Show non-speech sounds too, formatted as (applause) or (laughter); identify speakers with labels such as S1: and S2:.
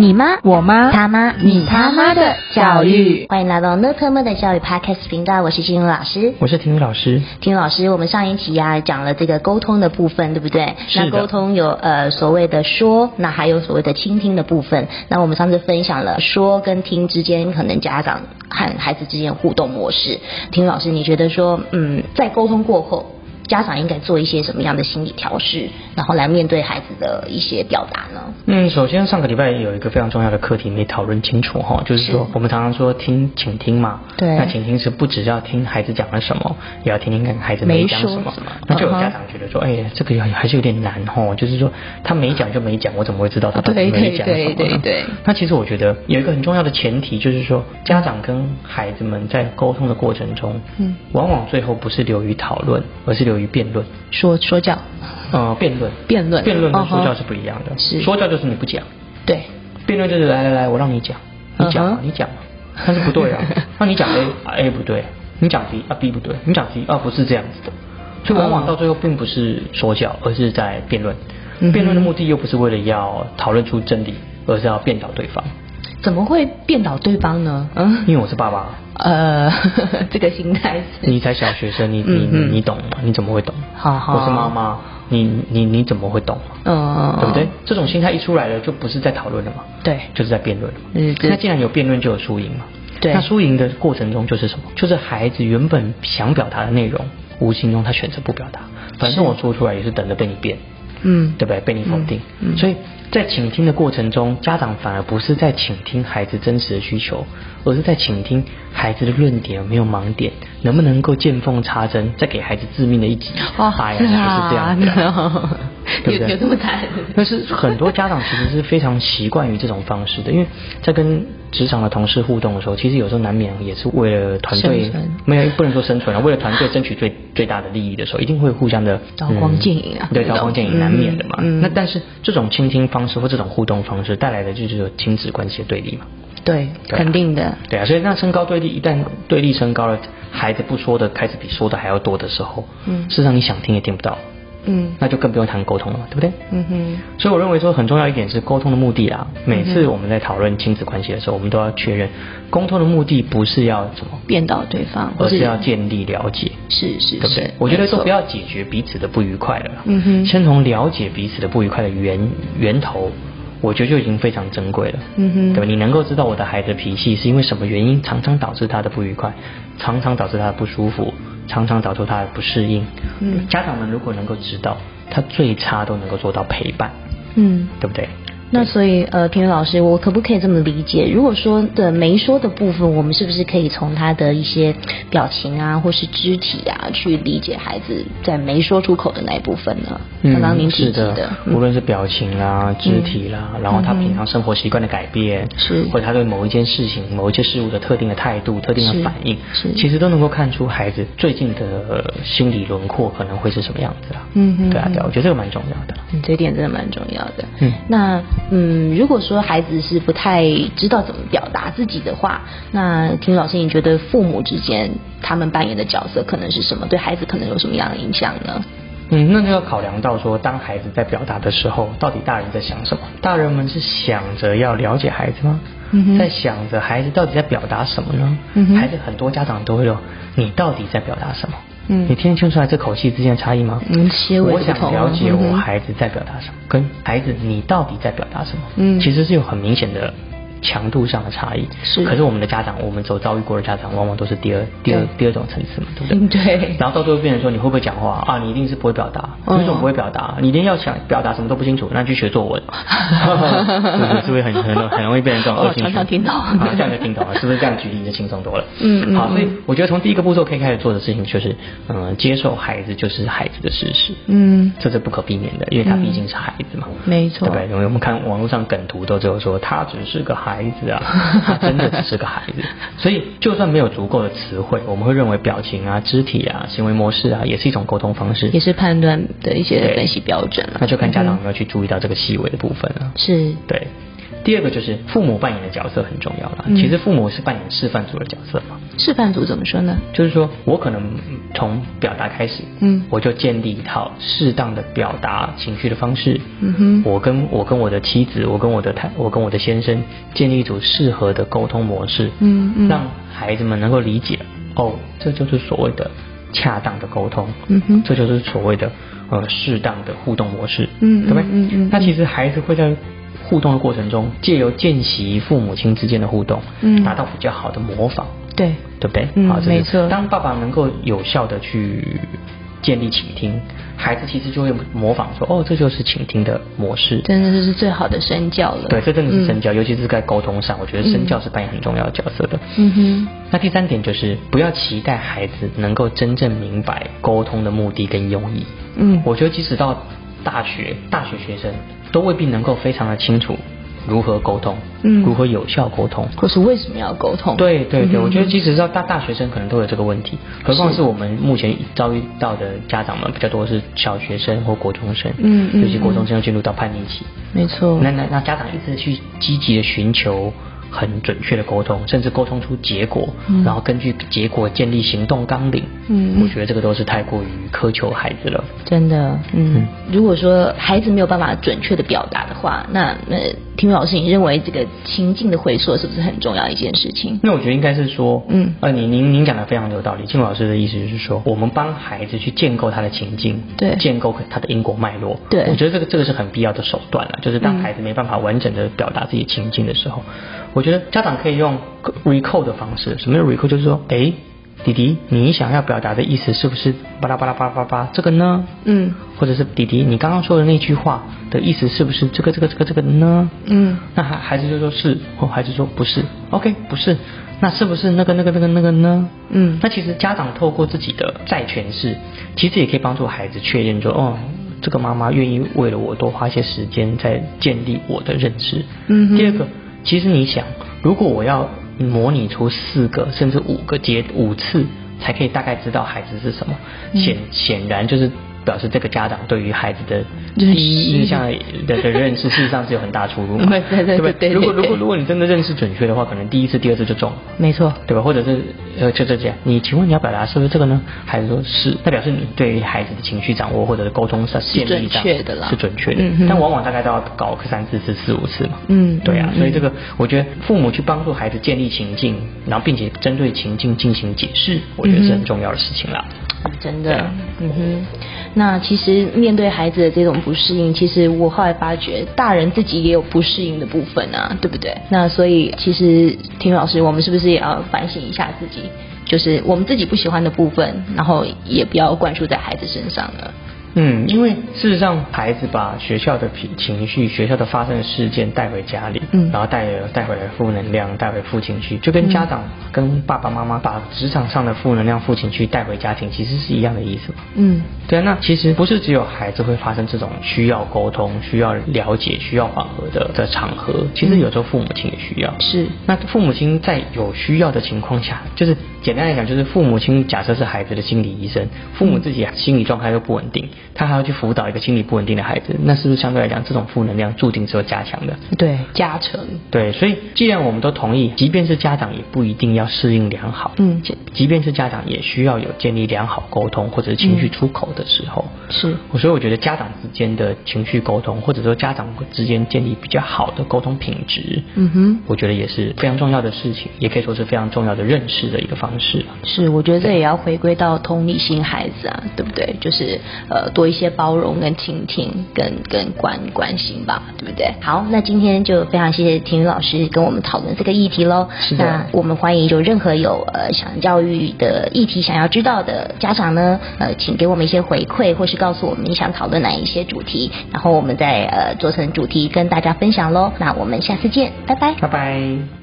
S1: 你妈、
S2: 我妈、
S1: 他妈、
S2: 你他妈的教育，
S1: 欢迎来到乐特们的教育 Podcast 频道，我是金茹老师。
S2: 我是婷宇老师。
S1: 金茹老师，我们上一期呀、讲了这个沟通的部分，对不对？
S2: 是的
S1: 那沟通有呃所谓的说，那还有所谓的倾听的部分。那我们上次分享了说跟听之间，可能家长和孩子之间的互动模式。婷老师，你觉得说，嗯，在沟通过后，家长应该做一些什么样的心理调试，然后来面对孩子的一些表达呢？
S2: 嗯，首先上个礼拜有一个非常重要的课题没讨论清楚哈、就是说
S1: 是
S2: 我们常常说听，请听嘛。
S1: 对
S2: 那请听是不只要听孩子讲了什么，也要听听看孩子
S1: 没
S2: 讲
S1: 说
S2: 什么
S1: 什么。
S2: 那就有
S1: 嗯哼
S2: 家长觉得说，哎，这个还是有点难哈、就是说他没讲就没讲，我怎么会知道他到底
S1: 对
S2: 没
S1: 对
S2: 讲什么呢？
S1: 对对对。
S2: 那其实我觉得有一个很重要的前提，就是说家长跟孩子们在沟通的过程中，
S1: 嗯，
S2: 往往最后不是流于讨论，而是流于辩论。
S1: 说说教，
S2: 呃，辩论，
S1: 辩论
S2: 辩论跟
S1: 嗯哼
S2: 说教是不一样的。
S1: 是
S2: 说教就是你不讲，
S1: 对，
S2: 辩论就是来来来，我让你讲，你讲
S1: 嗯
S2: 啊
S1: 哼，
S2: 你讲啊，但是不对啊，
S1: (laughs)
S2: 那你讲 A 啊 A 不对，你讲 B 啊 B 不对，你讲 C 啊不是这样子的，所以往往
S1: 嗯
S2: 到最后并不是说教，而是在辩论
S1: 嗯哼。
S2: 辩论的目的又不是为了要讨论出真理，而是要辩倒对方。
S1: 怎么会辩倒对方呢？嗯，
S2: 因为我是爸爸，
S1: (laughs) 呃， (laughs) 这个心态是
S2: 你才小学生，你你
S1: 嗯嗯
S2: 你你懂吗？你怎么会懂？
S1: 好好
S2: 我是妈妈，你你你怎么会懂？
S1: 嗯，
S2: 对不对？这种心态一出来了，就不是在讨论了嘛，
S1: 对
S2: 就是在辩论了嘛。
S1: 嗯对
S2: 那既然有辩论，就有输赢嘛。
S1: 对
S2: 那输赢的过程中就是什么？就是孩子原本想表达的内容，无形中他选择不表达，反正我说出来也是等着被你辩，
S1: 嗯，
S2: 对不对？被你否定。
S1: 嗯嗯
S2: 所以在倾听的过程中，家长反而不是在倾听孩子真实的需求，而是在倾听孩子的论点有没有盲点，能不能够见缝插针，再给孩子致命的一击。
S1: 哦，
S2: 哎呀，就是这样子啊。
S1: 样， (laughs) 有
S2: 对不对
S1: 有这么惨？
S2: (laughs) 但是很多家长其实是非常习惯于这种方式的，因为在跟职场的同事互动的时候，其实有时候难免也是为了团队
S1: 生存，
S2: 没有不能说生存啊，为了团队争取最最大的利益的时候，一定会互相的
S1: 刀光剑影啊
S2: 嗯对，
S1: 这种
S2: 刀光剑影难免的嘛。
S1: 嗯嗯
S2: 那但是这种倾听方式或这种互动方式带来的就是有亲子关系的对立嘛。
S1: 对，
S2: 对啊
S1: 肯定的，
S2: 对啊，所以那身高对立一旦对立升高了，孩子不说的开始比说的还要多的时候，
S1: 嗯
S2: 事实上你想听也听不到，
S1: 嗯
S2: 那就更不用谈沟通了嘛，对不对？
S1: 嗯哼，
S2: 所以我认为说很重要一点是沟通的目的啦。
S1: 嗯
S2: 每次我们在讨论亲子关系的时候，我们都要确认沟通的目的不是要什么，
S1: 辩倒对方，
S2: 而是要建立了解，
S1: 啊是是
S2: 对不
S1: 是
S2: 对？，我觉得
S1: 没错
S2: 都不要解决彼此的不愉快了啦。
S1: 嗯哼
S2: 先从了解彼此的不愉快的源源头，我觉得就已经非常珍贵了。
S1: 嗯哼
S2: 对吧？你能够知道我的孩子脾气是因为什么原因，常常导致他的不愉快，常常导致他的不舒服，常常导致他的不适应。
S1: 嗯
S2: 家长们如果能够知道，他最差都能够做到陪伴，
S1: 嗯。
S2: 对不对？
S1: 那所以，呃，平宇老师，我可不可以这么理解？如果说的没说的部分，我们是不是可以从他的一些表情啊，或是肢体啊，去理解孩子在没说出口的那一部分呢？刚刚您提
S2: 嗯是
S1: 及
S2: 的，
S1: 嗯
S2: 无论是表情啦、肢体啦，然后他平常生活习惯的改变，
S1: 是
S2: 或者他对某一件事情、某一件事物的特定的态度、特定
S1: 是
S2: 的反应
S1: 是，
S2: 其实都能够看出孩子最近的呃心理轮廓可能会是什么样子啦。
S1: 嗯哼
S2: 对啊，
S1: 嗯
S2: 对啊，我觉得这个蛮重要的。
S1: 嗯，这一点真的蛮重要的。
S2: 嗯
S1: 那嗯，如果说孩子是不太知道怎么表达自己的话，那听老师，你觉得父母之间他们扮演的角色可能是什么？对孩子可能有什么样的影响呢？
S2: 嗯，那就要考量到说，当孩子在表达的时候，到底大人在想什么？大人们是想着要了解孩子吗？
S1: 嗯哼
S2: 在想着孩子到底在表达什么呢？
S1: 嗯哼
S2: 孩子很多家长都会有，你到底在表达什么？
S1: 嗯
S2: 你听得清楚来这口气之间的差异吗？
S1: 嗯些微
S2: 我
S1: 不
S2: 想
S1: 同
S2: 了解
S1: 嗯
S2: 我
S1: 哼
S2: 孩子在表达什么，跟孩子你到底在表达什么？
S1: 嗯
S2: 其实是有很明显的强度上的差异。
S1: 是
S2: 可是我们的家长，我们所遭遇过的家长，往往都是第二、第二
S1: 对、
S2: 第二种层次嘛，对不对？
S1: 嗯，对，
S2: 然后到最后变成说你会不会讲话啊？你一定是不会表达，
S1: 嗯
S2: 你为什么不会表达？你一定要想表达什么都不清楚，那去学作文，
S1: (laughs)
S2: 是不是是不是很很很容易变成这种恶性
S1: 哦常
S2: 循环？
S1: 常听到
S2: 啊，
S1: (laughs)
S2: 这样就听懂了，是不是这样举例就轻松多了？
S1: 嗯嗯
S2: 好，所以
S1: 嗯
S2: 我觉得从第一个步骤可以开始做的事情就是，嗯，接受孩子就是孩子的事实，
S1: 嗯
S2: 这是不可避免的，因为他毕竟是孩子嘛，
S1: 没错
S2: 对不对？因为我们看网络上梗图都只有说他只是个孩
S1: (laughs)
S2: 子啊，他真的只是个孩子，所以就算没有足够的词汇，我们会认为表情啊、肢体啊、行为模式啊，也是一种沟通方式，
S1: 也是判断的一些
S2: 对
S1: 分析标准了。啊嗯
S2: 那就看家长有没有去注意到这个细微的部分了、
S1: 是
S2: 啊对，第二个就是父母扮演的角色很重要啦。
S1: 嗯
S2: 其实父母是扮演示范组的角色嘛，
S1: 示范组怎么说呢？
S2: 就是说我可能嗯从表达开始，
S1: 嗯
S2: 我就建立一套适当的表达情绪的方式。
S1: 嗯哼
S2: 我跟我跟我的妻子，我跟我的太，我跟我的先生建立一组适合的沟通模式，
S1: 嗯嗯
S2: 让孩子们能够理解，哦，这就是所谓的恰当的沟通，
S1: 嗯哼
S2: 这就是所谓的呃适当的互动模式，
S1: 嗯
S2: 对不对？
S1: 嗯嗯嗯
S2: 那其实孩子会在互动的过程中，借由见习父母亲之间的互动，
S1: 嗯
S2: 达到比较好的模仿，
S1: 对，
S2: 对不对？
S1: 嗯
S2: 好，这是
S1: 没错
S2: 当爸爸能够有效的去建立倾听，孩子其实就会模仿说，哦，这就是倾听的模式。
S1: 真的是最好的身教了。
S2: 对，这真的是身
S1: 教。
S2: 教，尤其是在沟通上，我觉得身教是扮演很重要的角色的。
S1: 嗯哼，
S2: 那第三点就是不要期待孩子能够真正明白沟通的目的跟用意。
S1: 嗯
S2: 我觉得即使到大学，大学学生都未必能够非常的清楚如何沟通，
S1: 嗯
S2: 如何有效沟通。
S1: 或是为什么要沟通？
S2: 对对对，
S1: 嗯哼
S2: 我觉得即使到大大学生可能都有这个问题，何况是我们目前遭遇到的家长们比较多是小学生或国中生，
S1: 嗯嗯哦
S2: 尤其国中生又进入到叛逆期，
S1: 没错。
S2: 那那那家长一直去积极的寻求很准确的沟通，甚至沟通出结果，
S1: 嗯
S2: 然后根据结果建立行动纲领，
S1: 嗯嗯
S2: 我觉得这个都是太过于苛求孩子了。
S1: 真的，嗯
S2: 嗯，
S1: 如果说孩子没有办法准确的表达的话，那那听老师，你认为这个情境的回溯是不是很重要一件事情？
S2: 那我觉得应该是说，
S1: 嗯
S2: 呃，您您您讲的非常有道理。金老师的意思就是说，我们帮孩子去建构他的情境，
S1: 对
S2: 建构他的因果脉络，
S1: 对
S2: 我觉得这个这个是很必要的手段了。就是
S1: 嗯
S2: 当孩子没办法完整的表达自己情境的时候，我觉得家长可以用 recall 的方式。什么叫 recall？就是说，诶，弟弟，你想要表达的意思是不是巴拉巴拉巴拉巴拉这个呢？
S1: 嗯
S2: 或者是弟弟，你刚刚说的那句话的意思是不是这个这个这个这个呢？
S1: 嗯
S2: 那孩孩子就说是，或孩子说不是，OK，不是，那是不是那个那个那个那个呢？
S1: 嗯
S2: 那其实家长透过自己的再诠释，其实也可以帮助孩子确认说，哦，这个妈妈愿意为了我多花一些时间在建立我的认知。
S1: 嗯哼
S2: 第二个，其实你想，如果我要模拟出四个甚至五个阶五次，才可以大概知道孩子是什么，
S1: 嗯
S2: 显显然就是。表示这个家长对于孩子的第
S1: 认识
S2: 一印象的的认识，事实上是有很大出入嘛
S1: (laughs) 对对对
S2: 不
S1: 对对
S2: 如果如
S1: 对
S2: 果如果你真的认识准确的话，可能第一次、第二次就中了。
S1: 没错，
S2: 对吧？或者是呃，就这样，你请问你要表达是不是这个呢？还是说是？那表示你对于孩子的情绪掌握或者是沟通上建立上
S1: 准确的啦
S2: 是准确的。
S1: 嗯哼
S2: 但往往大概都要搞个三四次、四五次嘛。
S1: 嗯
S2: 对啊，
S1: 嗯
S2: 所以这个我觉得父母去帮助孩子建立情境，然后并且针对情境进行解释，我觉得
S1: 嗯
S2: 是很
S1: 哼
S2: 重要的事情啦。
S1: 真
S2: 对
S1: 的
S2: 啊，
S1: 嗯哼。那其实面对孩子的这种不适应，其实我后来发觉，大人自己也有不适应的部分啊，对不对？那所以其实婷老师，我们是不是也要反省一下自己，就是我们自己不喜欢的部分，然后也不要灌输在孩子身上了。
S2: 嗯，因为事实上，孩子把学校的脾情绪、学校的发生的事件带回家里，
S1: 嗯
S2: 然后带带回来负能量，带回负情绪，就跟家长、跟爸爸妈妈把职场上的负能量、负情绪带回家庭，其实是一样的意思嘛。
S1: 嗯
S2: 对啊，那其实不是只有孩子会发生这种需要沟通、需要了解、需要缓和的的场合，其实有时候父母亲也需要。
S1: 是
S2: 那父母亲在有需要的情况下，就是简单来讲，就是父母亲假设是孩子的心理医生，父母自己心理状态又不稳定，他还要去辅导一个心理不稳定的孩子，那是不是相对来讲，这种负能量注定是会加强的？
S1: 对，加成。
S2: 对，所以既然我们都同意，即便是家长也不一定要适应良好，
S1: 嗯
S2: 即即便是家长也需要有建立良好沟通或者是情绪出口的时候，
S1: 是
S2: 所以我觉得家长之间的情绪沟通，或者说家长之间建立比较好的沟通品质，
S1: 嗯哼
S2: 我觉得也是非常重要的事情，也可以说是非常重要的认识的一个方式啊。
S1: 是，我觉得这也要回归到同理心孩子啊，对不对？就是呃，多一些包容跟倾听跟跟关关心吧，对不对？好，那今天就非常谢谢婷宇老师跟我们讨论这个议题喽。
S2: 是的
S1: 那我们欢迎有任何有呃想教育的议题想要知道的家长呢，呃，请给我们一些回馈，或是告诉我们你想讨论哪一些主题，然后我们再呃做成主题跟大家分享喽。那我们下次见，拜拜。
S2: 拜拜。